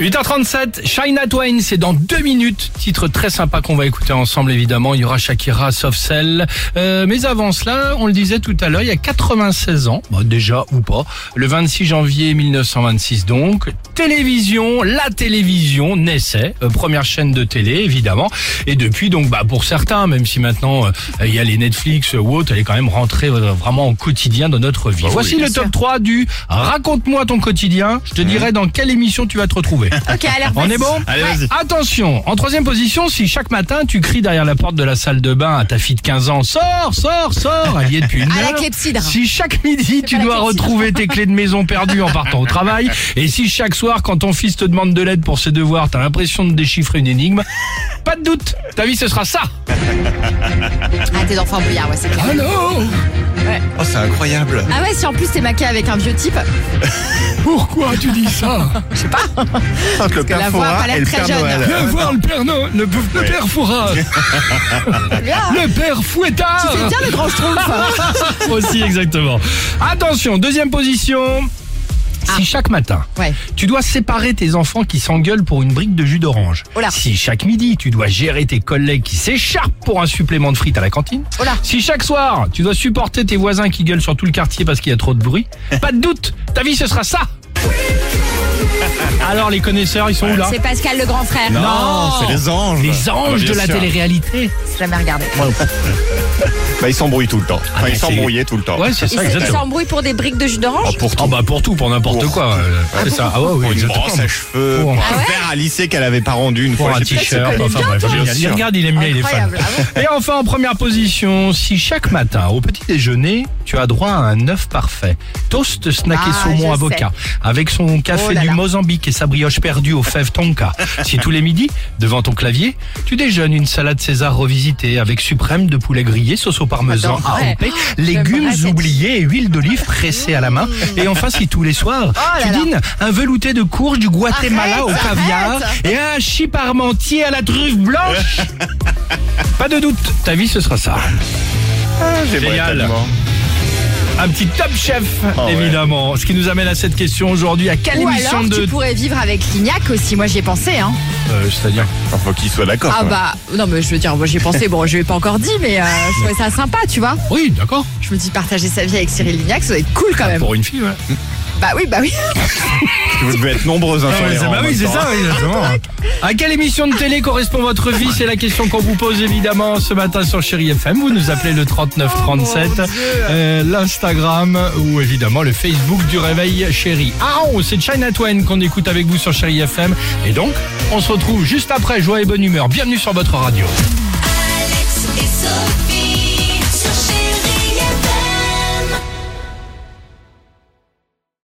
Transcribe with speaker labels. Speaker 1: 8h37, China Twain, c'est dans deux minutes. Titre très sympa qu'on va écouter ensemble, évidemment. Il y aura Shakira, sauf celle. Euh, mais avant cela, on le disait tout à l'heure, il y a 96 ans, bah déjà ou pas, le 26 janvier 1926 donc, télévision, la télévision naissait, euh, première chaîne de télé, évidemment. Et depuis, donc, bah, pour certains, même si maintenant euh, il y a les Netflix ou autres, elle est quand même rentrée euh, vraiment au quotidien dans notre vie. Voici le top 3 du Raconte-moi ton quotidien. Je te dirai dans quelle émission tu vas te retrouver.
Speaker 2: Ok, alors
Speaker 1: On
Speaker 2: vas-y.
Speaker 1: est bon
Speaker 3: Allez, vas-y.
Speaker 1: Attention, en troisième position, si chaque matin tu cries derrière la porte de la salle de bain à ta fille de 15 ans, sors, sors, sors, elle y est depuis une
Speaker 2: À la
Speaker 1: heure.
Speaker 2: clepsydre.
Speaker 1: Si chaque midi tu
Speaker 2: pas la
Speaker 1: dois
Speaker 2: clepsydre.
Speaker 1: retrouver tes clés de maison perdues en partant au travail, et si chaque soir quand ton fils te demande de l'aide pour ses devoirs, t'as l'impression de déchiffrer une énigme, pas de doute, ta vie ce sera ça.
Speaker 2: Ah, t'es d'enfant brouillard, ouais, c'est clair.
Speaker 1: Allô
Speaker 3: Oh, c'est incroyable.
Speaker 2: Ah ouais, si en plus t'es maqué avec un vieux type,
Speaker 1: Pourquoi tu dis ça
Speaker 3: Entre le
Speaker 2: la
Speaker 3: père
Speaker 2: voix a pas
Speaker 3: Fora
Speaker 2: l'air
Speaker 3: et le
Speaker 2: très
Speaker 3: père
Speaker 2: jeune.
Speaker 3: Noël.
Speaker 1: Viens voir le père, no, le, le père Fouras,
Speaker 2: bien.
Speaker 1: le père Fouettard
Speaker 2: C'est bien le grand schtroumpf. hein.
Speaker 1: Aussi, exactement. Attention, deuxième position.
Speaker 2: Ah.
Speaker 1: Si chaque matin,
Speaker 2: Ouais.
Speaker 1: tu dois séparer tes enfants qui s'engueulent pour une brique de jus d'orange.
Speaker 2: Oh là.
Speaker 1: Si chaque midi, tu dois gérer tes collègues qui s'écharpent pour un supplément de frites à la cantine.
Speaker 2: Oh là.
Speaker 1: Si chaque soir, tu dois supporter tes voisins qui gueulent sur tout le quartier parce qu'il y a trop de bruit. Pas de doute, ta vie ce sera ça. Alors les connaisseurs, ils sont où là
Speaker 2: C'est Pascal le grand frère.
Speaker 3: Non, c'est les anges.
Speaker 1: Les
Speaker 3: Ah,
Speaker 1: anges
Speaker 3: bien
Speaker 1: de la
Speaker 3: sûr.
Speaker 1: télé-réalité. Ah,
Speaker 2: J'ai Jamais regardé.
Speaker 3: Bah, ils s'embrouillent tout le temps. Enfin,
Speaker 1: mais
Speaker 3: ils
Speaker 1: c'est-
Speaker 3: s'embrouillaient tout le temps.
Speaker 1: Ouais, c'est
Speaker 2: Ils
Speaker 1: ça,
Speaker 2: s- ils
Speaker 1: exactement.
Speaker 2: s'embrouillent pour des briques de jus d'orange.
Speaker 3: pour
Speaker 1: Ah bah pour tout, pour n'importe
Speaker 3: Pour
Speaker 1: quoi. euh, c'est ça. Ah ouais, oui,
Speaker 3: Pour une
Speaker 1: exactement.
Speaker 3: brosse à cheveux,
Speaker 1: Pour-
Speaker 3: pour
Speaker 2: Ah
Speaker 3: un
Speaker 2: ouais
Speaker 3: verre à lycée qu'elle avait pas rendu une
Speaker 1: pour
Speaker 3: fois.
Speaker 1: un
Speaker 3: j'ai plus-
Speaker 1: t-shirt. Enfin bref,
Speaker 3: toi.
Speaker 1: génial. Il regarde, il aime bien, Oh, il est fan.
Speaker 2: Incroyable. Ah
Speaker 1: Et enfin, en première position, si chaque matin, au petit déjeuner, tu as droit à un œuf parfait, toast, snack et
Speaker 2: Ah,
Speaker 1: saumon
Speaker 2: je
Speaker 1: avocat, avec son café
Speaker 2: Oh là
Speaker 1: du
Speaker 2: là.
Speaker 1: Mozambique et sa brioche perdue aux fèves tonka. si tous les midis, devant ton clavier, tu déjeunes une salade César revisitée avec suprême de poulet grillé, sauce au parmesan
Speaker 2: J'adore.
Speaker 1: AOP,
Speaker 2: Ouais.
Speaker 1: légumes
Speaker 2: j'aimerais cette-
Speaker 1: oubliés et huile d'olive pressée à la main. Et enfin, si tous les soirs,
Speaker 2: Mmh. Oh là
Speaker 1: tu
Speaker 2: là.
Speaker 1: dînes un velouté de courge du Guatemala
Speaker 2: Arrête,
Speaker 1: au caviar
Speaker 2: arrête.
Speaker 1: et un chip parmentier à la truffe blanche. Pas de doute, ta vie ce sera ça.
Speaker 3: J'aimerais
Speaker 1: Génial.
Speaker 3: tellement.
Speaker 1: Un petit top chef,
Speaker 3: ouais.
Speaker 1: évidemment. Ce qui nous amène à cette question aujourd'hui. À quelle
Speaker 2: Ou
Speaker 1: émission
Speaker 2: alors
Speaker 1: de...
Speaker 2: tu pourrais vivre avec Lignac aussi, moi j'y ai pensé. Hein.
Speaker 1: Euh, C'est-à-dire
Speaker 3: Enfin, faut qu'ils soient d'accord.
Speaker 2: Ah
Speaker 3: quoi.
Speaker 2: bah, non mais je veux dire, moi j'y ai pensé, bon je l'ai pas encore dit, mais euh, je trouvais ça sympa, tu vois.
Speaker 1: Oui, d'accord.
Speaker 2: Je me dis partager sa vie avec Cyril Lignac, ça doit être cool quand même.
Speaker 1: Euh, Pour une fille, ouais.
Speaker 2: Bah oui, bah oui.
Speaker 3: Vous devez être nombreux,
Speaker 1: Ah
Speaker 3: hein, sur les rangs en même temps.
Speaker 1: bah oui, exactement. À quelle émission de télé correspond votre vie C'est la question qu'on vous pose, évidemment, ce matin sur Chéri FM. Vous nous appelez le 3937, euh, l'Instagram ou évidemment le Facebook du Réveil Chéri. Ah, oh, c'est China Twain qu'on écoute avec vous sur Chéri FM. Et donc, on se retrouve juste après. Joie et bonne humeur. Bienvenue sur votre radio.
Speaker 4: Alex et Sophie.